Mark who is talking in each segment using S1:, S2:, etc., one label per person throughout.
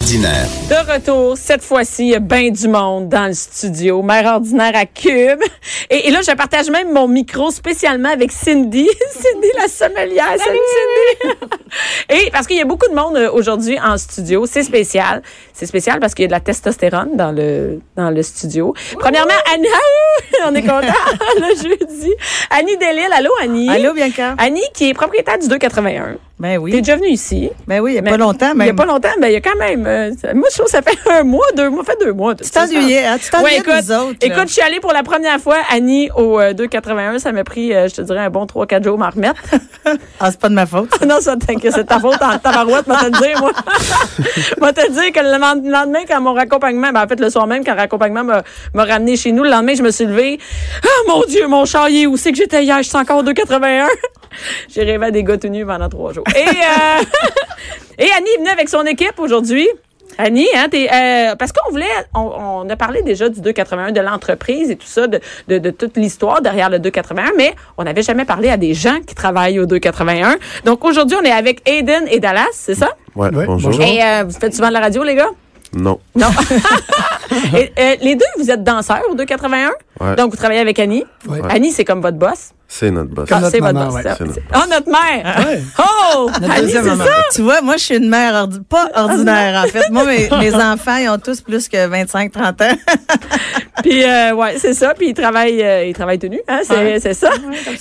S1: ordinaire.
S2: De retour, cette fois-ci, il y a bien du monde dans le studio. Mère ordinaire à Cube. Et, et là, je partage même mon micro spécialement avec Cindy. Cindy, la sommelière. Salut, Cindy. et parce qu'il y a beaucoup de monde euh, aujourd'hui en studio. C'est spécial. C'est spécial parce qu'il y a de la testostérone dans le, dans le studio. Premièrement, Annie, Ah, ouh, on est content, le jeudi. Annie Delille. Allô, Annie.
S3: Allô, Bianca.
S2: Annie, qui est propriétaire du 281.
S3: Ben
S2: T'es
S3: oui.
S2: déjà venue ici.
S3: Ben oui, il n'y a
S2: Mais-
S3: pas longtemps,
S2: Il
S3: mais.
S2: n'y a pas longtemps, mais il y a quand même. euh, ça- moi, je trouve que ça fait un mois, deux mois, fait deux mois.
S3: Tu t'ennuyais, hein? Tu
S2: Ouais,
S3: t'ennuyais
S2: écoute,
S3: des autres. là.
S2: écoute, je suis allée pour la première fois, Annie, au euh, 281. Ça m'a pris, euh, je te dirais, un bon 3-4 jours à m'en remettre.
S3: Ah, c'est pas de ma faute.
S2: non, ça, t'inquiète, c'est de ta faute en tabarouette, moi, te le dire, moi. moi, te le dire que le lend- lendemain, quand mon raccompagnement, ben, en fait, le soir même, quand le raccompagnement m'a m'a ramené chez nous, le lendemain, je me suis levée. Ah, mon Dieu, mon char, il est où c'est que j'étais hier? Je suis encore au 281. J'ai rêvé à des gars tout nus pendant trois jours. Et, euh, et Annie est venue avec son équipe aujourd'hui. Annie, hein, t'es, euh, parce qu'on voulait, on, on a parlé déjà du 281, de l'entreprise et tout ça, de, de, de toute l'histoire derrière le 281, mais on n'avait jamais parlé à des gens qui travaillent au 281. Donc aujourd'hui, on est avec Aiden et Dallas, c'est ça?
S1: Ouais,
S4: Ouais,
S1: bonjour.
S4: bonjour.
S2: Et euh, vous faites souvent de la radio, les gars?
S1: Non.
S2: Non. Et, euh, les deux, vous êtes danseurs au 281,
S1: Ouais.
S2: donc vous travaillez avec Annie.
S4: Ouais.
S2: Annie, c'est comme votre boss. Ah,
S1: C'est notre boss.
S4: Comme- notre
S2: c'est votre
S4: maman,
S2: boss.
S4: ouais.
S2: ça.
S1: C'est notre
S2: Oh, notre mère!
S4: Ouais.
S2: Oh!
S4: Notre
S2: Annie,
S4: deuxième
S2: c'est
S4: maman.
S2: ça? Ah,
S3: Tu vois, moi, je suis une mère ordi- pas ordinaire, en fait. Moi, mes, mes enfants, ils ont tous plus que 25, 30 ans.
S2: Puis euh, ouais, c'est ça. Puis il travaille, euh, il travaille tenu, hein, c'est
S3: Ouais.
S2: c'est ça.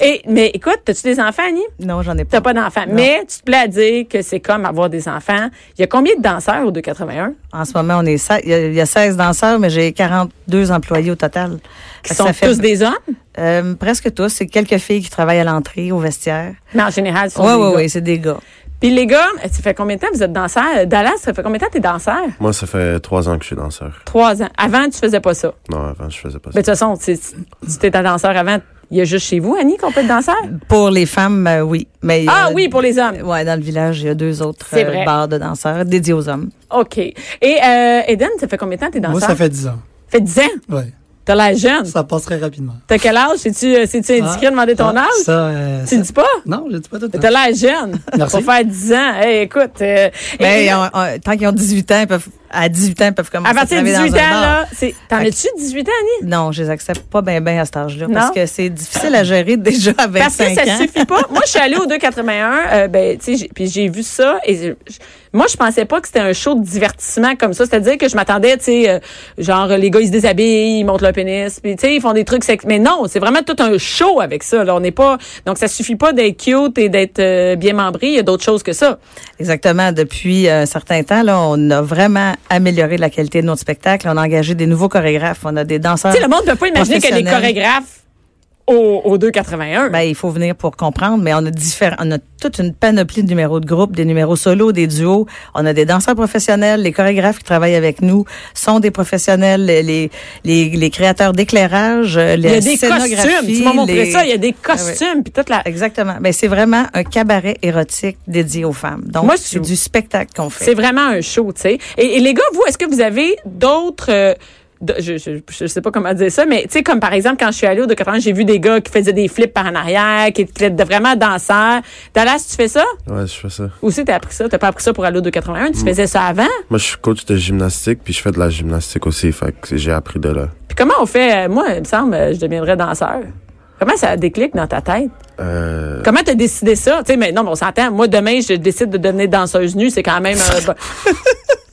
S2: Et mais écoute, t'as-tu des enfants, Annie
S3: Non, j'en ai pas.
S2: T'as pas d'enfants, mais tu te plais à dire que c'est comme avoir des enfants. Il y a combien de danseurs au 281
S3: En ce moment, on est se- il y, a, il y a 16 danseurs, mais j'ai 42 employés au total.
S2: qui
S3: Fait que
S2: sont
S3: ça fait-
S2: tous des hommes
S3: euh, presque tous. C'est quelques filles qui travaillent à l'entrée, au vestiaire.
S2: Mais en général, ce sont
S3: Oui,
S2: des
S3: oui,
S2: gars.
S3: oui, c'est des gars.
S2: Puis les gars, euh, ça fait combien de temps que vous êtes danseurs Euh, Dallas, ça fait combien de temps que t'es danseur
S1: Moi, ça fait trois ans que je suis danseur.
S2: Trois ans. Avant, tu faisais pas ça.
S1: Non, avant, je faisais pas
S2: Mais
S1: ça.
S2: de toute façon, tu tu t'es un danseur avant. Il y a juste chez vous, Annie, qu'on peut être danseur
S3: Pour les femmes, euh, oui. Mais, il y
S2: Ah
S3: a-
S2: oui, pour les hommes.
S3: Ouais, dans le village, il y a deux autres
S2: C'est
S3: euh,
S2: vrai.
S3: bars de danseurs dédiés aux hommes.
S2: Ok. Et euh, Eden, ça fait combien de temps que t'es danseur
S4: Moi, ça fait 10 ans.
S2: fait dix ans.
S4: Ouais.
S2: T'as l'air jeune.
S4: Ça passe très rapidement.
S2: T'as quel âge? C'est-tu indiscret de demander ton
S4: Ah,
S2: âge?
S4: Ça, euh,
S2: tu
S4: ça-
S2: le dis pas?
S4: Non, je dis pas tout
S2: Mais
S4: le
S2: T'as
S3: Ah.
S4: temps.
S2: l'air jeune.
S4: Merci.
S2: Pour faire 10 ans. Hey, écoute. euh,
S3: Mais
S2: et-
S3: on- on- tant qu'ils Ben, ont 18 ans, ils peuvent, à 18 ans, ils peuvent commencer
S2: à
S3: à,
S2: partir de
S3: travailler
S2: 18 ans,
S3: dans un bar.
S2: là, c'est. T'en
S3: Fait
S2: as-tu 18 ans, Annie?
S3: Non, je les accepte pas bien bien à cet âge-là.
S2: Non?
S3: Parce que c'est difficile à gérer déjà à 25
S2: Parce que ça
S3: Ben, ans.
S2: suffit pas. Moi, je suis allée au 281, euh, ben, tu sais, j'ai- puis j'ai vu ça. Et je- je- moi, je pensais pas que c'était un show de divertissement comme ça. C'est-à-dire que je m'attendais, tu sais, euh, genre les gars ils se déshabillent, ils montent leur pénis, puis tu sais, ils font des trucs. sex- Mais non, c'est vraiment tout un show avec ça. Là, on n'est pas. Donc, ça suffit pas d'être cute et d'être euh, bien membré. Il y a d'autres choses que ça.
S3: Exactement. Depuis euh, un certain temps, là, on a vraiment amélioré la qualité de notre spectacle. On a engagé des nouveaux chorégraphes. On a des danseurs.
S2: Tu sais, le monde ne peut pas imaginer que les
S3: Professionnel.
S2: chorégraphes au, au 281.
S3: Ben, il faut venir pour comprendre, mais on a différents, on a toute une panoplie de numéros de groupe, des numéros solos, des duos. On a des danseurs professionnels, les chorégraphes qui travaillent avec nous sont des professionnels, les les, les- les créateurs d'éclairage, euh,
S2: il y
S3: les
S2: a des costumes. Tu m'as montré ça. Il y a des
S3: Ah
S2: costumes. Puis toute la.
S3: Exactement. Ben, c'est vraiment un cabaret érotique dédié aux femmes. Donc,
S2: Moi, je
S3: c'est
S2: suis-
S3: du spectacle qu'on fait.
S2: C'est vraiment un show, tu sais. Et, et les gars, vous, est-ce que vous avez d'autres. euh, de- je, je, je sais pas comment dire ça, mais tu sais, comme par exemple, quand je suis allée au 281, j'ai vu des gars qui faisaient des flips par en arrière, qui étaient de- vraiment danseurs. Dallas, tu fais ça?
S1: Ouais, je fais ça.
S2: Ou si t'as appris ça? T'as pas appris ça pour aller au 281?
S3: Mm.
S2: Tu faisais ça avant?
S1: Moi, je suis coach de gymnastique, puis je fais de la gymnastique aussi. Fait que j'ai appris de là.
S2: Puis comment on fait? euh, Moi, il me semble, euh, je deviendrais danseur. Comment ça déclic dans ta tête?
S1: Euh,
S2: Comment t'as décidé ça? Tu sais, mais non, mais on s'entend. Moi, demain, je décide de devenir danseuse nue. C'est quand même. euh, bon.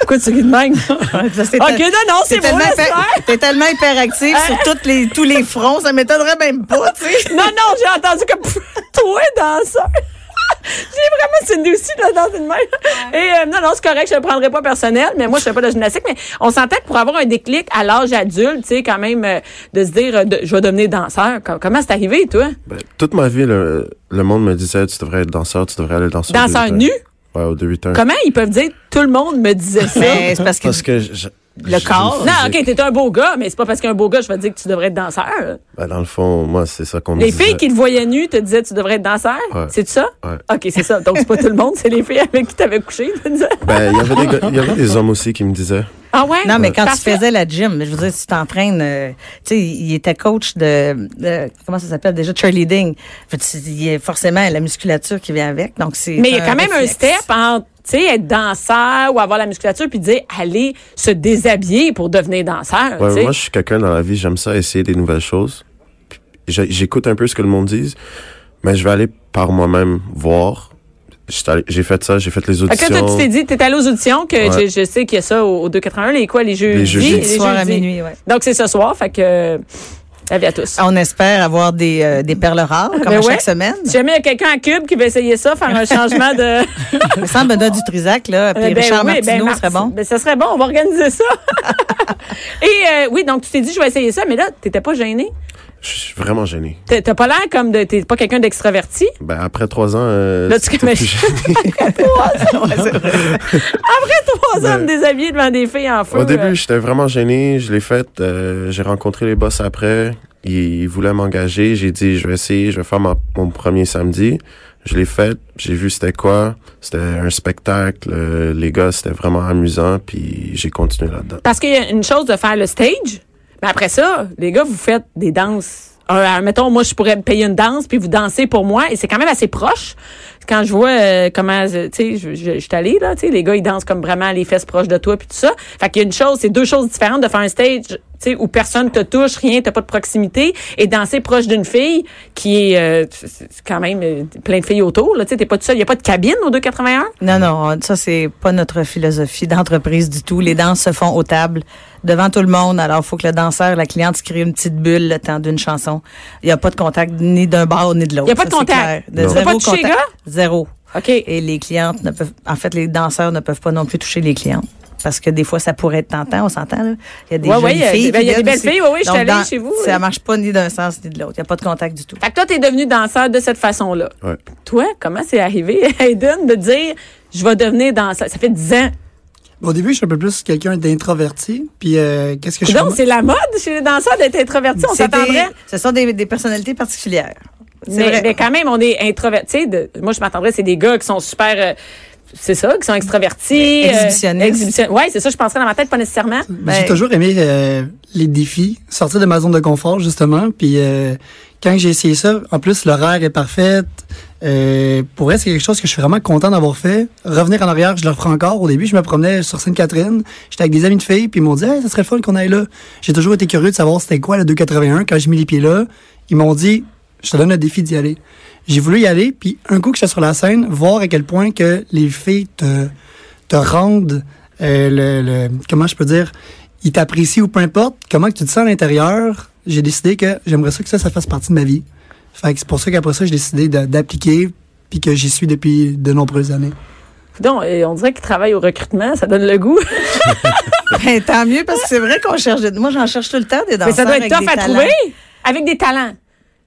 S2: Pourquoi tu ris de même? OK,
S3: Ça, c'est-
S2: non, non,
S3: T'es
S2: c'est Hein? bon,
S3: tellement,
S2: laisse
S3: hyper-
S2: faire.
S3: t'es tellement hyperactive sur toutes les, tous les fronts, ça m'étonnerait même pas, tu sais.
S2: Non, non, j'ai entendu que pff, toi, danseur. J'ai vraiment Cindy aussi de la danse de même. Et euh, non, non, c'est correct, je le prendrai pas personnel, mais moi, je fais pas de gymnastique. Mais on s'entend que pour avoir un déclic à l'âge adulte, tu sais, quand même, euh, de se dire, euh, de- je vais devenir danseur. Com- Comment c'est arrivé, toi?
S1: ben, toute ma vie, le, le monde me disait tu devrais être danseur, tu devrais aller danser. au
S2: Danseur
S1: 281.
S2: nu?
S1: Ouais, au 281.
S2: Comment ils peuvent dire, tout le monde me disait ça?
S3: Mais c'est parce que,
S1: Parce que je- je- j'ai une
S3: corps.
S2: Non,
S1: physique.
S2: OK, t'es un beau gars, mais c'est pas parce qu'un beau gars, je vais te dire que tu devrais être danseur.
S1: Ben, dans le fond, moi, c'est ça qu'on me
S2: Les
S1: disait.
S2: filles qui te voyaient nu te disaient tu devrais être danseur.
S1: Ouais.
S2: C'est ça?
S1: Ouais.
S2: OK, c'est ça. Donc, c'est pas tout le monde, c'est les filles avec qui t'avais couché. tu disais.
S1: Ben, il y avait des gars- il y avait des hommes aussi qui me disaient.
S2: ah ouais?
S3: non, mais quand
S2: Parce
S3: tu faisais la gym, je veux dire, tu t'entraînes, euh, tu sais, il était coach de, de- comment ça s'appelle déjà, cheerleading. Fait que tu- Il y a forcément la musculature qui vient avec, donc c'est.
S2: Mais il y a
S3: un
S2: quand même un
S3: réflexe.
S2: step entre tu sais, être danseur ou avoir la musculature, puis dire, allez se déshabiller pour devenir danseur.
S1: Ouais,
S2: tu sais.
S1: moi, je suis quelqu'un dans la vie, j'aime ça essayer des nouvelles choses. Puis j'ai- J'écoute un peu ce que le monde dise, mais je vais aller par moi-même voir. J'étais allé- J'ai fait ça, j'ai fait les
S2: Fait que
S1: auditions.
S2: toi, tu t'es dit, t'es allé aux auditions, que
S1: Ouais.
S2: je, je sais qu'il y a ça au, au 281, les quoi, les jeux
S1: Les jeudis.
S3: Jeudi soir à minuit, Ah. ouais.
S2: Donc, c'est ce soir, fait que, euh, avis à tous.
S3: On espère avoir des, euh, des perles rares, comme
S2: Ben
S3: à
S2: ouais.
S3: chaque semaine.
S2: Si jamais il y a quelqu'un à Cube qui veut essayer ça, faire un changement de...
S3: Sans Benoît Dutrisac, là, puis
S2: Euh, ben
S3: Richard
S2: oui, ben
S3: Martineau
S2: Marti-
S3: serait bon.
S2: Ben, ça serait bon, on va organiser ça. Et euh, oui, donc tu t'es dit, je vais essayer ça, mais là, t'étais pas gêné.
S1: Je suis vraiment gêné.
S2: T'as t'as pas l'air comme de. T'es pas quelqu'un d'extraverti.
S1: Ben, après trois ans, euh,
S2: Là, tu
S1: c'est
S2: connais-
S1: plus gêné.
S2: Trois
S1: Ben-
S2: hommes déshabillés devant des filles en feu.
S1: Au
S2: euh,
S1: début, j'étais vraiment gêné. Je l'ai fait. euh, j'ai rencontré les boss après. Ils voulaient m'engager. J'ai dit, je vais essayer. Je vais faire ma- mon premier samedi. Je l'ai fait. J'ai vu c'était quoi. C'était un spectacle. euh, les gars, c'était vraiment amusant. Puis j'ai continué là-dedans.
S2: Parce qu'il y a une chose de faire le stage, mais après ça, les gars, vous faites des danses. Euh, mettons, moi, je pourrais me payer une danse, puis vous dansez pour moi, et c'est quand même assez proche. Quand je vois euh, comment, euh, tu sais, je, je, je suis allée, là, tu sais, les gars, ils dansent comme vraiment les fesses proches de toi, puis tout ça. Fait qu'il y a une chose, c'est deux choses différentes de faire un stage, tu sais, où personne te touche, rien, t'as pas de proximité, et danser proche d'une fille qui est euh, c'est- c'est quand même euh, plein de filles autour, là, tu sais, t'es pas tout seul, y a pas de cabine au 281.
S3: Non, non, ça, c'est pas notre philosophie d'entreprise du tout. Les danses se font aux tables, devant tout le monde. Alors, faut que le danseur, la cliente, se crée une petite bulle le temps d'une chanson. Il n'y a pas de contact ni d'un bar ni de l'autre.
S2: Il y a pas de
S3: Ça, c'est
S2: contact.
S3: clair. De
S1: Non.
S3: zéro
S2: Faut pas toucher les
S3: contact.
S2: gars?
S3: Zéro.
S2: OK.
S3: Et les clientes ne peuvent, en fait, les danseurs ne peuvent pas non plus toucher les clientes. Parce que des fois, ça pourrait être tentant, on s'entend, là. Il y a des
S2: Ouais,
S3: jolies
S2: ouais, il y a-
S3: filles.
S2: ben, il y a
S3: qui
S2: des belles
S3: dansent
S2: filles, ouais, ouais, je suis
S3: Donc,
S2: allée
S3: dans-
S2: chez vous, euh.
S3: Ça marche pas ni d'un sens ni de l'autre. Il n'y a pas de contact du tout.
S2: Fait que toi, t'es devenu danseur de cette façon-là.
S1: Ouais.
S2: Toi, comment c'est arrivé, Hayden, de dire je vais devenir danseur? Ça fait 10 ans.
S4: Au début, je suis un peu plus quelqu'un d'introverti. Puis, euh, qu'est-ce que je
S2: Donc,
S4: fais-
S2: c'est la mode chez les danseurs d'être introverti. On
S3: C'est des-
S2: s'attendrait.
S3: Ce sont des, des personnalités particulières. C'est
S2: Mais,
S3: vrai.
S2: mais quand même, on est introverti. De- Moi, je m'attendrais, c'est des gars qui sont super. euh, c'est ça, qui sont extravertis. euh,
S3: Exhibitionnistes.
S2: exhibition- Ouais, c'est ça, je penserais dans ma tête, pas nécessairement.
S4: Mais J'ai
S3: Ben-
S4: toujours aimé euh, les défis, sortir de ma zone de confort, justement. Puis, euh, quand j'ai essayé ça, en plus, l'horaire est parfait. Euh, pour elle, c'est quelque chose que je suis vraiment content d'avoir fait. Revenir en arrière, je le reprends encore. Au début, je me promenais sur Sainte-Catherine. J'étais avec des amis de filles, puis ils m'ont dit hey, « ça serait le fun qu'on aille là ». J'ai toujours été curieux de savoir c'était quoi le 281. Quand j'ai mis les pieds là, ils m'ont dit « je te donne le défi d'y aller ». J'ai voulu y aller, puis un coup que j'étais sur la scène, voir à quel point que les filles te, te rendent euh, le, le- Comment je peux dire Ils t'apprécient ou peu importe, comment que tu te sens à l'intérieur, j'ai décidé que j'aimerais ça que ça, ça fasse partie de ma vie. Fait que c'est pour ça qu'après ça, j'ai décidé de- d'appliquer, puis que j'y suis depuis de nombreuses années.
S2: Donc, euh, on dirait qu'ils travaillent au recrutement, ça donne le goût.
S3: Ben, tant mieux, parce que c'est vrai qu'on cherche. de- Moi, j'en cherche tout le temps des danseurs.
S2: mais ça doit être
S3: avec
S2: tough
S3: des
S2: à
S3: talents.
S2: trouver avec des talents.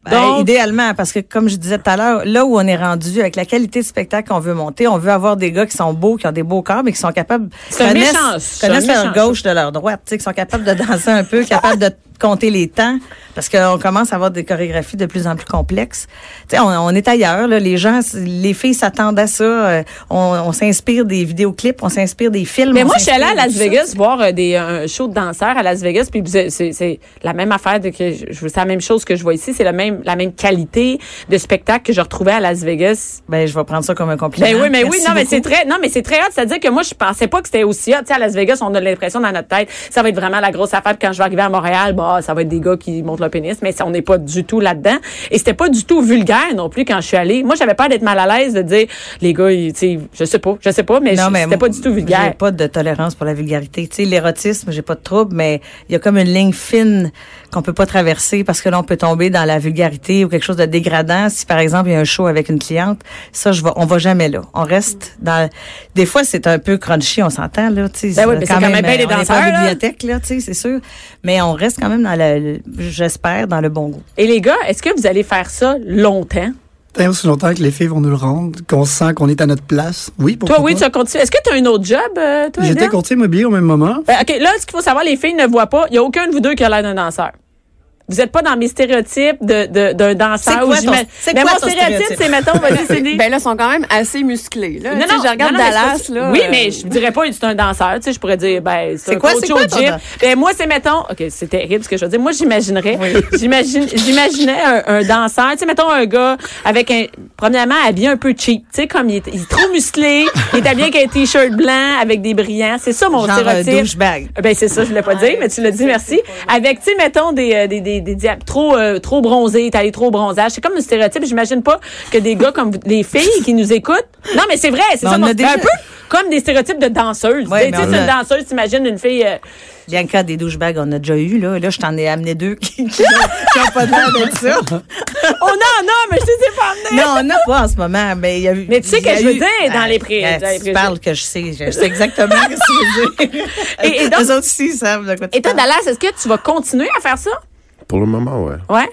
S3: Ben,
S2: Donc-
S3: idéalement, parce que comme je disais tout à l'heure, là où on est rendu avec la qualité de spectacle qu'on veut monter, on veut avoir des gars qui sont beaux, qui ont des beaux corps, mais qui sont capables
S2: C'est un
S3: connaissent,
S2: méchant, c'est un
S3: connaissent leur
S2: méchant,
S3: gauche de leur droite, tu sais, qui sont capables de danser un peu, capables de compter les temps, parce qu'on commence à avoir des chorégraphies de plus en plus complexes. Tu sais, on, on est ailleurs, là, les gens, les filles s'attendent à ça. euh, on on s'inspire des vidéoclips, on s'inspire des films.
S2: Mais
S3: on
S2: moi, je suis allée à
S3: s'inspire de
S2: Las
S3: tout ça.
S2: Vegas voir euh, des, un show de danseurs à Las Vegas, puis c'est- c'est c'est la même affaire de que je- je- c'est la même chose que je vois ici, c'est la même la même qualité de spectacle que je retrouvais à Las Vegas.
S3: Ben, je vais prendre ça comme un compliment.
S2: Ben oui, mais oui,
S3: Merci
S2: non, mais
S3: beaucoup.
S2: c'est très, non, mais c'est très hot. C'est-à-dire que moi, je pensais pas que c'était aussi hot. Tu sais, à Las Vegas, on a l'impression dans notre tête, ça va être vraiment la grosse affaire. Puis quand je vais arriver à Montréal, bah, ça va être des gars qui montent le pénis, mais on n'est pas du tout là-dedans. Et c'était pas du tout vulgaire non plus quand je suis allée. Moi, j'avais peur d'être mal à l'aise de dire, les gars, ils- tu sais, je sais pas, je sais pas, mais, je- c'était
S3: moi,
S2: pas du tout vulgaire.
S3: J'ai pas de tolérance pour la vulgarité. Tu sais, l'érotisme, j'ai pas de trouble, mais il y a comme une ligne fine qu'on peut pas traverser parce que là, on peut tomber dans la vulgarité ou quelque chose de dégradant. Si, par exemple, il y a un show avec une cliente, ça, je vais, on va jamais là. On reste dans, des fois, c'est un peu crunchy, on s'entend, là, tu sais.
S2: Ben oui, mais c'est quand même bien
S3: euh,
S2: les
S3: on est pas
S2: danseurs,
S3: à la
S2: là.
S3: bibliothèque, là, tu sais, c'est sûr. Mais on reste quand même dans le, le- j'espère, dans le bon goût.
S2: Et les gars, est-ce que vous allez faire ça longtemps?
S4: Tant aussi longtemps que les filles vont nous le rendre, qu'on sent qu'on est à notre place. Oui, pourquoi
S2: toi, oui,
S4: pas?
S2: tu as continué. Est-ce que tu as un autre job, euh, toi,
S4: J'étais
S2: Hélène?
S4: courtier immobilier au même moment.
S2: Euh, OK, là, ce qu'il faut savoir, les filles ne voient pas. Il n'y a aucun de vous deux qui a l'air d'un danseur. vous êtes pas dans mes stéréotypes de, de, d'un danseur.
S3: C'est quoi
S2: où
S3: ton-
S2: j'imagine-
S3: c'est
S2: mais
S3: quoi
S2: mon
S3: ton
S2: stéréotype,
S3: stéréotype?
S2: c'est, mettons, vas-y, c'est des-
S5: Ben là, ils sont quand même assez musclés. Là. Tu sais, je regarde
S2: non, non, mais
S5: Dallas.
S2: c'est-
S5: là,
S2: oui,
S5: euh,
S2: mais je dirais pas c'est un danseur. Tu sais, je pourrais dire, ben, c'est un
S3: C'est quoi-
S2: coach
S3: c'est quoi
S2: au
S3: ton
S2: gym.
S3: dan-
S2: Ben, moi, c'est, mettons, OK, c'est terrible ce que je veux dire. Moi, j'imaginerais, j'imagine, j'imaginais un, un danseur, tu sais, mettons un gars avec un, premièrement, habillé un peu cheap, tu sais, comme il est, il est trop musclé, il est habillé avec un T-shirt blanc, avec des brillants. C'est ça, mon
S3: Genre euh,
S2: stéréotype.
S3: douchebag.
S2: Ben c'est ça, je voulais pas dire, mais tu l'as dit, merci. Avec, tu sais, mettons des euh, des des, des diap- trop euh, trop bronzés, t'as les trop bronzage. C'est comme un stéréotype. J'imagine pas que des gars comme vous- les filles qui nous écoutent. Non, mais c'est vrai, c'est
S3: Mais
S2: ça.
S3: on
S2: mon-
S3: a
S2: ben,
S3: déjà-
S2: Un peu comme des stéréotypes de danseuses.
S3: Ouais,
S2: Tu sais,
S3: mais on
S2: une
S3: a-
S2: danseuse, t'imagines une fille. euh,
S3: Bianca, des douchebags, on a déjà eu, là. Là, je t'en ai amené deux qui n'ont pas l'air d'être ça.
S2: Oh non, non, mais je te dis pas amené.
S3: Non, on n'a pas en ce moment, mais il y a eu.
S2: Mais tu sais
S3: il y a
S2: que je veux
S3: eu-
S2: dire dans les pré-
S3: Ah,
S2: dans les
S3: tu
S2: préjugés.
S3: parles que je sais. Je sais exactement ce que tu veux dire.
S2: Et- et donc-
S3: Les autres aussi savent de quoi tu
S2: Et toi,
S3: parles.
S2: Dallas, est-ce que tu vas continuer à faire ça?
S1: Pour le moment, ouais.
S2: Ouais.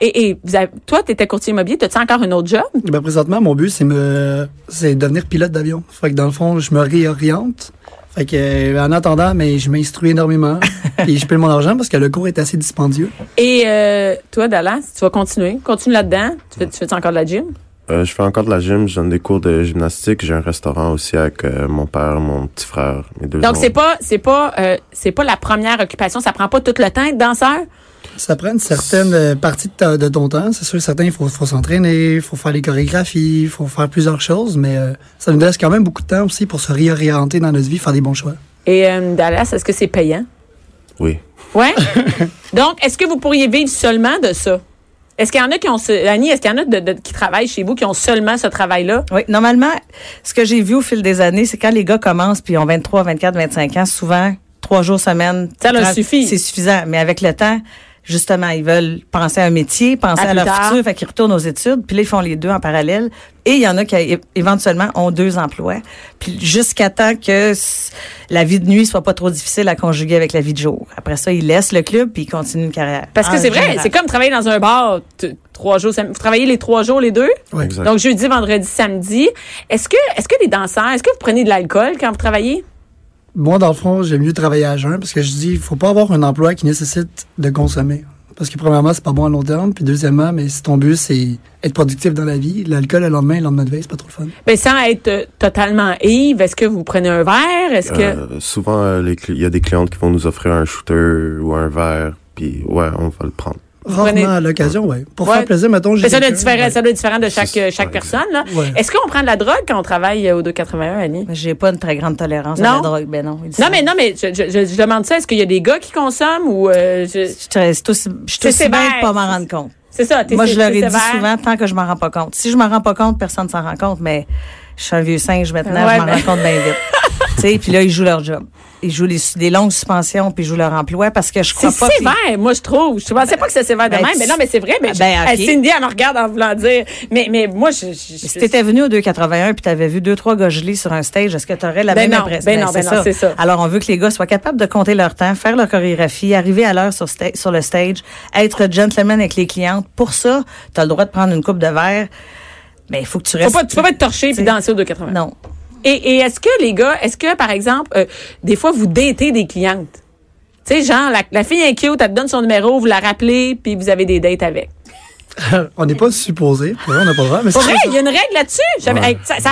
S2: Et, et vous avez, toi, t'étais courtier immobilier, t'as-tu encore une autre job?
S4: Ben, présentement, mon but, c'est me, c'est devenir pilote d'avion. Fait que dans le fond, je me réoriente. Fait que, euh, en attendant, mais je m'instruis énormément. et je paye mon argent parce que le cours est assez dispendieux.
S2: Et euh, toi, Dallas, tu vas continuer? Continue là-dedans? Tu fais, tu fais encore de la gym?
S1: Euh, je fais encore de la gym, je donne des cours de gymnastique, j'ai un restaurant aussi avec euh, mon père, mon petit frère, mes deux
S2: Donc
S1: oncles.
S2: c'est pas c'est pas euh, c'est pas la première occupation, ça prend pas tout le temps être danseur.
S4: Ça prend une certaine euh, partie de, ta- de ton temps. C'est sûr, certains, il faut, faut s'entraîner, il faut faire les chorégraphies, il faut faire plusieurs choses, mais euh, ça nous laisse quand même beaucoup de temps aussi pour se réorienter dans notre vie, faire des bons choix.
S2: Et euh, Dallas, est-ce que c'est payant
S1: Oui.
S2: Ouais. Donc est-ce que vous pourriez vivre seulement de ça Est-ce qu'il y en a qui ont ce, Annie, est-ce qu'il y en a de- de- qui travaillent chez vous qui ont seulement ce travail là
S3: Oui, normalement, ce que j'ai vu au fil des années, c'est quand les gars commencent puis ils ont 23, 24, 25 ans, souvent trois jours semaine.
S2: Ça leur
S3: trente-
S2: suffit.
S3: C'est suffisant. Mais avec le temps, justement, ils veulent penser à un métier, penser
S2: À
S3: à,
S2: plus
S3: leur
S2: tard.
S3: futur, fait qu'ils retournent aux études, puis là, ils font les deux en parallèle. Et il y en a qui é- éventuellement ont deux emplois. Puis jusqu'à temps que s- la vie de nuit soit pas trop difficile à conjuguer avec la vie de jour. Après ça, ils laissent le club puis ils continuent une carrière.
S2: Parce que
S3: En
S2: c'est vrai,
S3: général.
S2: c'est comme travailler dans un bar t- trois jours, sam- vous travaillez les trois jours les deux
S4: Ouais.
S1: Exact.
S2: Donc jeudi, vendredi, samedi. Est-ce que est-ce que les danseurs, est-ce que vous prenez de l'alcool quand vous travaillez
S4: Moi, dans le fond, j'aime mieux travailler à jeun parce que je dis, il faut pas avoir un emploi qui nécessite de consommer. Parce que premièrement, c'est pas bon à long terme, puis deuxièmement, mais si ton but c'est être productif dans la vie, l'alcool le lendemain, le lendemain de veille, c'est pas trop le fun.
S2: Ben sans être euh, totalement ivre, est-ce que vous prenez un verre Est-ce que
S1: Euh, souvent, euh, les cli- il y a des clientes qui vont nous offrir un shooter ou un verre, puis ouais, on va le prendre.
S4: Rarement
S2: prenez-
S4: à l'occasion, ouais. Pour
S2: Ouais.
S4: faire plaisir, mettons, j'ai.
S2: Mais ça doit être
S4: quelqu'un-
S2: différent, ça doit être différent de chaque,
S1: C'est-
S2: euh, chaque
S1: ouais,
S2: personne. Là.
S4: Ouais.
S2: Est-ce qu'on prend de la drogue quand on travaille euh, au 281, Annie?
S3: J'ai pas une très grande tolérance à
S2: Non.
S3: la drogue. Ben non. ils le
S2: Non,
S3: savent.
S2: mais non, mais je, je- je- je demande ça. Est-ce qu'il y a des gars qui consomment ou... euh, je-
S3: Je te- c'est aussi- je suis
S2: C'est
S3: aussi bien
S2: sévère.
S3: de pas m'en rendre compte.
S2: C'est ça, t'es
S3: Moi,
S2: c'est-
S3: je leur ai
S2: t'es
S3: dit
S2: sévère.
S3: souvent, tant que je m'en rends pas compte. Si je m'en rends pas compte, personne s'en rend compte, mais je suis un vieux singe maintenant,
S2: Ouais,
S3: je m'en
S2: mais-
S3: rends compte bien vite. tu sais, puis là, ils jouent leur job. Ils jouent les, les longues suspensions, puis ils jouent leur emploi parce que je
S2: C'est
S3: crois pas... que-
S2: sévère, moi, je trouve. Je pensais pas que c'est sévère de
S3: Ben,
S2: même, mais non, mais c'est vrai. Mais je-
S3: Ben, ok.
S2: euh, Cindy, elle me regarde en voulant dire. Mais, mais moi, je... je- je-
S3: Si t'étais venu au 281 puis t'avais vu deux trois gars gelés sur un stage, est-ce que t'aurais la
S2: Ben
S3: même
S2: non,
S3: impression
S2: ben non, ben non, c'est ça.
S3: Alors on veut que les gars soient capables de compter leur temps, faire leur chorégraphie, arriver à l'heure sur, sta- sur le stage, être gentleman avec les clientes. Pour ça, t'as le droit de prendre une coupe de verre, mais il faut que tu
S2: Faut
S3: restes.
S2: pas, tu peux pas être torché puis
S3: T'sais.
S2: danser au 281.
S3: Non.
S2: Et, et est-ce que les gars, est-ce que par exemple, euh, des fois vous datez des clientes? Tu sais, genre, la, la fille est cute, elle te donne son numéro, vous la rappelez, puis vous avez des dates avec.
S4: on n'est pas supposé, pour vrai, on n'a pas le droit, mais
S2: Pour vrai,
S4: c'est
S2: il y a une règle là-dessus. J'avais- hey, ça- ça-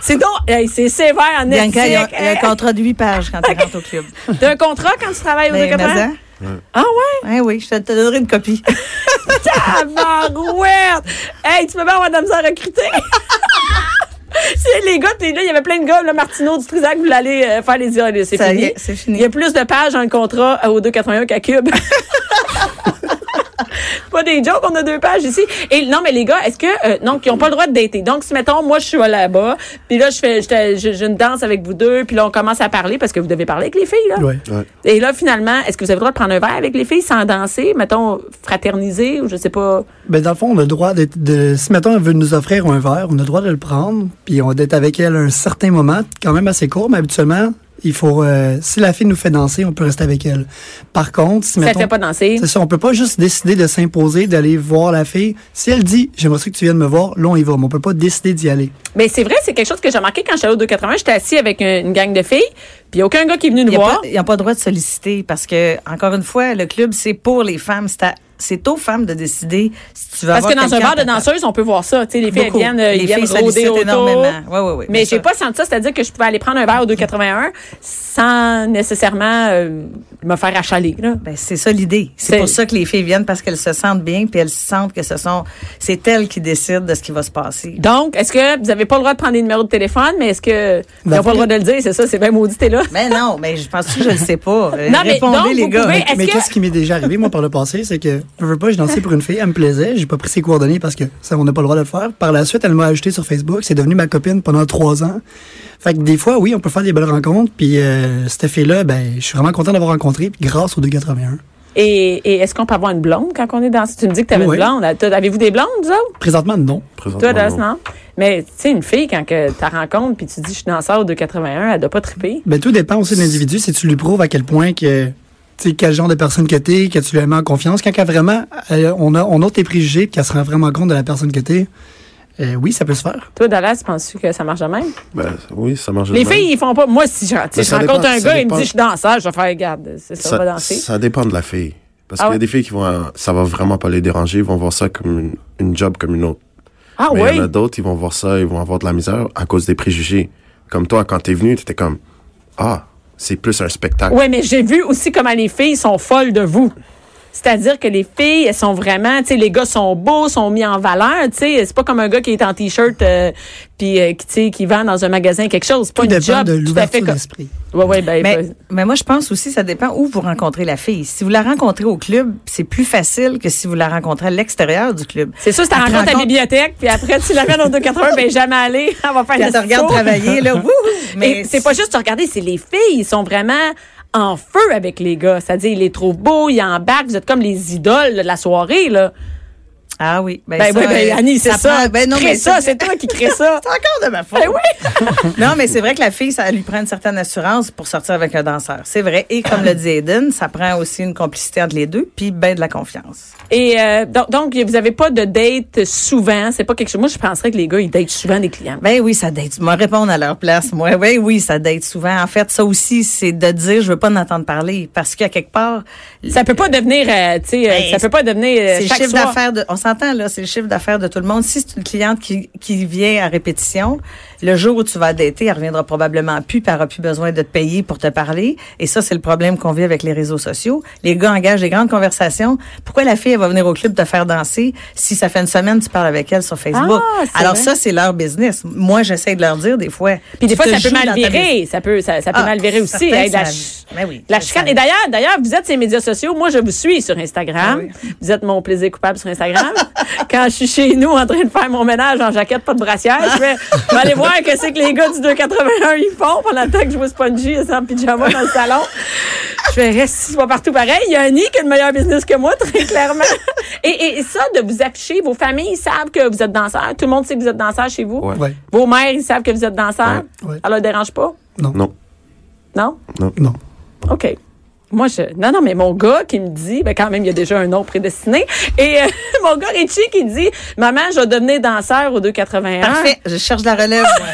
S2: c'est donc, hey, c'est sévère en
S3: Bianca, il y a,
S2: éthique.
S3: il y a un
S2: Hey,
S3: contrat de huit pages quand tu rentres au club.
S2: T'as un contrat quand tu travailles au
S3: Mais, mais
S2: 280?
S3: hein?
S2: Ah ouais?
S3: Hein, oui, je te, te donnerai une copie.
S2: Tabarouette! Hey, tu peux bien avoir de la misère à recruter? C'est les gars, puis là, il y avait plein de gars, là, Martineau du Trisac, vous l'allez euh, faire les idoles. C'est
S3: Ça y
S2: fini.
S3: est, c'est fini.
S2: Il y a plus de pages dans le contrat euh, au 281 qu'à Cube. pas des jokes, on a deux pages ici. Et non, mais les gars, est-ce que euh, non, ils ont pas le droit de dater. Donc, si mettons, moi, je suis là-bas, puis là, je fais, je, te- je- je ne danse avec vous deux, puis là, on commence à parler parce que vous devez parler avec les filles, là.
S4: Ouais.
S1: Ouais.
S2: Et là, finalement, est-ce que vous avez le droit de prendre un verre avec les filles sans danser, mettons, fraterniser ou je sais pas.
S4: Ben, dans le fond, on a le droit d'être, de, si mettons, elle veut nous offrir un verre, on a le droit de le prendre, puis on d'être avec elle un certain moment, quand même assez court, mais habituellement, il faut, euh, si la fille nous fait danser, on peut rester avec elle. Par contre, si
S2: Ça
S4: mettons,
S2: fait pas danser.
S4: c'est ça, on peut pas juste décider de s'imposer, d'aller voir la fille. Si elle dit, j'aimerais ça que tu viennes me voir, là, on y va, mais on peut pas décider d'y aller.
S2: Mais c'est vrai, c'est quelque chose que j'ai remarqué quand j'étais allée au 280, j'étais assis avec un- une, gang de filles, puis aucun gars qui est venu nous
S3: Il y a
S2: voir.
S3: pas- Ils n'ont pas le droit de solliciter parce que, encore une fois, le club, c'est pour les femmes. C'est à c'est aux femmes de décider si tu vas
S2: Parce que
S3: avoir
S2: dans un
S3: quelqu'un
S2: bar de
S3: à ta table.
S2: danseuses, on peut voir ça. Tu sais, les filles,
S3: Beaucoup.
S2: elles viennent, euh,
S3: Les
S2: ils viennent
S3: filles sollicitent
S2: rôder autour.
S3: énormément. Oui, oui, oui,
S2: Mais
S3: bien
S2: j'ai
S3: sûr.
S2: pas senti ça, c'est-à-dire que je pouvais aller prendre un verre au 281 sans nécessairement euh, me faire achaler. Là.
S3: Ben, c'est ça l'idée.
S2: C'est-
S3: C'est pour ça que les filles viennent parce qu'elles se sentent bien puis elles sentent que ce sont c'est elles qui décident de ce qui va se passer.
S2: Donc, est-ce que vous avez pas le droit de prendre des numéros de téléphone, mais est-ce que vous n'avez
S4: Ben,
S2: pas le droit de le dire, c'est ça, c'est bien maudit, t'es là.
S3: Mais non, mais je pense que je le sais pas. Euh,
S2: Non, mais
S3: Répondez
S2: donc,
S3: les
S2: vous
S3: gars.
S2: pouvez- Est-ce
S4: Mais
S2: que-
S4: qu'est-ce qui m'est déjà arrivé, moi, par le passé, c'est que, je veux pas, je dansais pour une fille, elle me plaisait, j'ai pas pris ses coordonnées parce que ça, on n'a pas le droit de le faire. Par la suite, elle m'a ajouté sur Facebook, c'est devenu ma copine pendant trois ans. Fait que des fois, oui, on peut faire des belles rencontres, puis euh, cette fille-là, ben, je suis vraiment content d'avoir rencontré, puis grâce au 281.
S2: Et, et est-ce qu'on peut avoir une blonde quand on est dans... Tu me dis que t'avais
S4: Oui.
S2: une blonde. T'as- Avez-vous des blondes, vous autres?
S4: Présentement, non.
S1: Présentement,
S2: Toi, Dallas,
S1: non.
S2: non? Mais tu sais, une fille, quand que t'as rencontres puis tu dis « je suis danseur de 81 », elle doit pas triper.
S4: Ben, tout dépend aussi de l'individu, si tu lui prouves à quel point que, tu sais, quel genre de personne que t'es, que tu lui mets en confiance. Quand qu'elle vraiment, euh, on a, on a tes préjugés, puis qu'elle se rend vraiment compte de la personne que t'es, euh, oui, ça peut se faire.
S2: Toi, Dallas, penses-tu que ça marche de même?
S1: Ben, oui, ça marche de
S2: Les
S1: même.
S2: filles, ils font pas. Moi, si je, si
S1: Mais
S2: je
S1: Ben, ça
S2: rencontre
S1: dépend,
S2: un
S1: ça
S2: gars, il me
S1: dépend.
S2: dit « je suis danseur », je vais faire « regarde, c'est ça, on va danser ».
S1: ça dépend de la fille. Parce
S2: Ah
S1: qu'il y
S2: ouais?
S1: a des filles qui vont, euh, ça va vraiment pas les déranger, ils vont voir ça comme une, une job comme une autre.
S2: Ah
S1: Mais il y en
S2: oui?
S1: a d'autres, ils vont voir ça, ils vont avoir de la misère à cause des préjugés. Comme toi, quand t'es venu, t'étais comme, ah, c'est plus un spectacle.
S2: Oui, mais j'ai vu aussi comment les filles sont folles de vous. C'est-à-dire que les filles, elles sont vraiment, tu sais, les gars sont beaux, sont mis en valeur, tu sais. C'est pas comme un gars qui est en t-shirt euh, puis euh, qui, tu sais, qui vend dans un magasin quelque chose. C'est pas
S4: Tout
S2: une
S4: dépend
S2: job
S4: de
S2: tout à fait
S4: l'ouverture
S2: comme.
S4: d'esprit.
S2: Ouais, ouais, ben,
S3: Mais,
S2: ben,
S3: mais moi, je pense aussi, ça dépend où vous rencontrez la fille. Si vous la rencontrez au club, c'est plus facile que si vous la rencontrez à l'extérieur du club.
S2: c'est sûr, si tu
S3: Elle te
S2: rencontres à la
S3: rencontre-
S2: bibliothèque, puis après, tu l'amènes au 280, ben jamais aller. On va faire
S3: Elle
S2: le
S3: te regarde
S2: saut.
S3: travailler, là, wouhou!
S2: Mais c'est pas juste de regarder, c'est les filles, ils sont vraiment en feu avec les gars. C'est-à-dire, ils les trouvent beaux, ils embarquent, vous êtes comme les idoles de la soirée, là.
S3: Ah oui.
S2: Ben,
S3: ça,
S2: oui, ben,
S3: euh,
S2: Annie, c'est ça.
S3: prend- Ben, non,
S2: Crée
S3: mais
S2: ça, c'est toi qui crée ça.
S3: C'est encore de ma faute.
S2: Ben oui.
S3: non, mais c'est vrai que la fille, ça lui prend une certaine assurance pour sortir avec un danseur. C'est vrai. Et comme le dit Aiden, ça prend aussi une complicité entre les deux, puis ben de la confiance.
S2: Et euh, donc, donc, vous avez pas de date souvent. C'est pas quelque chose. Moi, je penserais que les gars, ils datent souvent des clients.
S3: Ben oui, ça date. Moi, répondre à leur place. Moi, oui, oui, ça date souvent. En fait, ça aussi, c'est de dire, je veux pas en entendre parler, parce qu'à quelque part,
S2: Ça peut pas devenir, euh, tu sais, euh,
S3: Ben,
S2: ça peut pas devenir euh,
S3: c'est le
S2: chaque
S3: chiffre
S2: soir.
S3: d'affaires de, on s'entend là, c'est le chiffre d'affaires de tout le monde. Si c'est une cliente qui, qui vient à répétition, le jour où tu vas dater, elle reviendra probablement plus, puis elle aura plus besoin de te payer pour te parler. Et ça, c'est le problème qu'on vit avec les réseaux sociaux. Les gars engagent des grandes conversations. Pourquoi la fille elle va venir au club te faire danser si ça fait une semaine tu parles avec elle sur Facebook
S2: Ah, c'est
S3: Alors
S2: vrai.
S3: ça, c'est leur business. Moi, j'essaie de leur dire des fois.
S2: Puis des
S3: tu
S2: fois,
S3: te
S2: ça peut
S3: joues
S2: mal
S3: dans ta business.
S2: virer. Ça peut, ça, ça peut
S3: Ah,
S2: mal virer aussi.
S3: certain,
S2: Hey, de la,
S3: ça-
S2: ch-
S3: ben oui,
S2: de la
S3: ça-
S2: chicane. Et d'ailleurs, d'ailleurs, vous êtes sur les médias sociaux. Moi, je vous suis sur Instagram.
S3: Ah
S2: Vous êtes mon plaisir coupable sur Instagram. Quand je suis chez nous en train de faire mon ménage en jaquette, pas de brassière, je vais, je vais aller voir que c'est que les gars du 281 ils font pendant le temps que je vois Spongy et sans pyjama dans le salon. Je vais rester pas partout pareil. Il y a Annie qui a le meilleur business que moi, très clairement. Et, et, et ça, de vous afficher, vos familles ils savent que vous êtes danseur. Tout le monde sait que vous êtes danseur chez vous.
S1: Ouais.
S4: Ouais.
S2: Vos mères, ils savent que vous êtes danseur.
S4: Ouais, ouais.
S2: Ça leur dérange pas?
S1: Non,
S2: Non?
S1: non.
S4: Non.
S2: OK. Moi, je. Non, non, mais mon gars qui me dit, ben quand même, il y a déjà un nom prédestiné. Et euh, mon gars Richie qui dit Maman, je vais devenir danseur au 281.
S3: Parfait. Je cherche la relève. moi.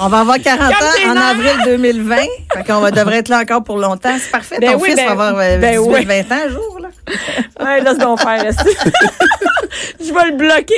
S3: On va avoir 40
S2: Comme tes
S3: ans en
S2: nerfs.
S3: avril 2020. Fait qu'on va, devrait être là encore pour longtemps. C'est parfait.
S2: Ben
S3: Ton
S2: oui,
S3: fils
S2: ben-
S3: va avoir euh,
S2: ben
S3: 18,
S2: oui.
S3: 20 ans un jour, là.
S2: Ouais, laisse donc faire. reste. je vais le bloquer.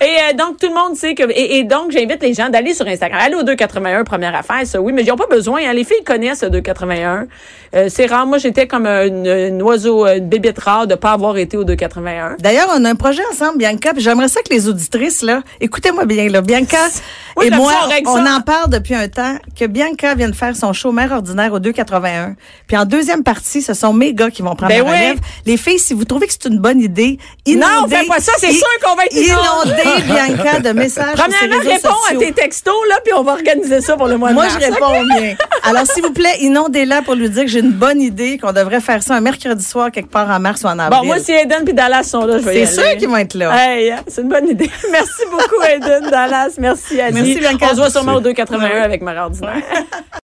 S2: et euh, donc, tout le monde sait que. Et, et donc, j'invite les gens d'aller sur Instagram. Allez au 281, première affaire, ça, oui, mais ils n'ont pas besoin. hein. Les filles connaissent le 281. Euh, c'est rare. Moi, j'étais comme une, une oiseau, une bébête rare de pas avoir été au 281.
S3: D'ailleurs, on a un projet ensemble, Bianca, puis j'aimerais ça que les auditrices, là, écoutez-moi bien, là. Bianca
S2: Oui,
S3: et
S2: j'aime
S3: moi,
S2: ça, on règle
S3: on
S2: ça.
S3: en parle depuis un temps que Bianca vient de faire son show Mère ordinaire au 281. Puis en deuxième partie, ce sont mes gars qui vont prendre
S2: Ben
S3: la
S2: oui.
S3: relève. Les filles, si vous trouvez que c'est une bonne idée, inondez.
S2: Non, fais pas ça, c'est
S3: i-
S2: sûr qu'on va être
S3: Inondez Bianca de messages sur ses
S2: Premièrement,
S3: réseaux
S2: réponds
S3: sociaux.
S2: à tes textos, là, puis on va organiser ça pour le mois de
S3: Moi,
S2: mars.
S3: je réponds bien. Alors, s'il vous plaît, inondez-la pour lui dire que j'ai une bonne idée, qu'on devrait faire ça un mercredi soir, quelque part en mars ou en avril.
S2: Bon, moi, si Eden puis Dallas sont là, je vais y
S3: C'est
S2: aller.
S3: sûr qu'ils vont être là.
S2: Hey, hein, c'est une bonne idée. Merci beaucoup, Eden, Dallas. Merci, Annie.
S3: Merci, Bianca.
S2: On se voit sûrement au
S1: Merci.
S2: 281 avec Mère Ordinaire.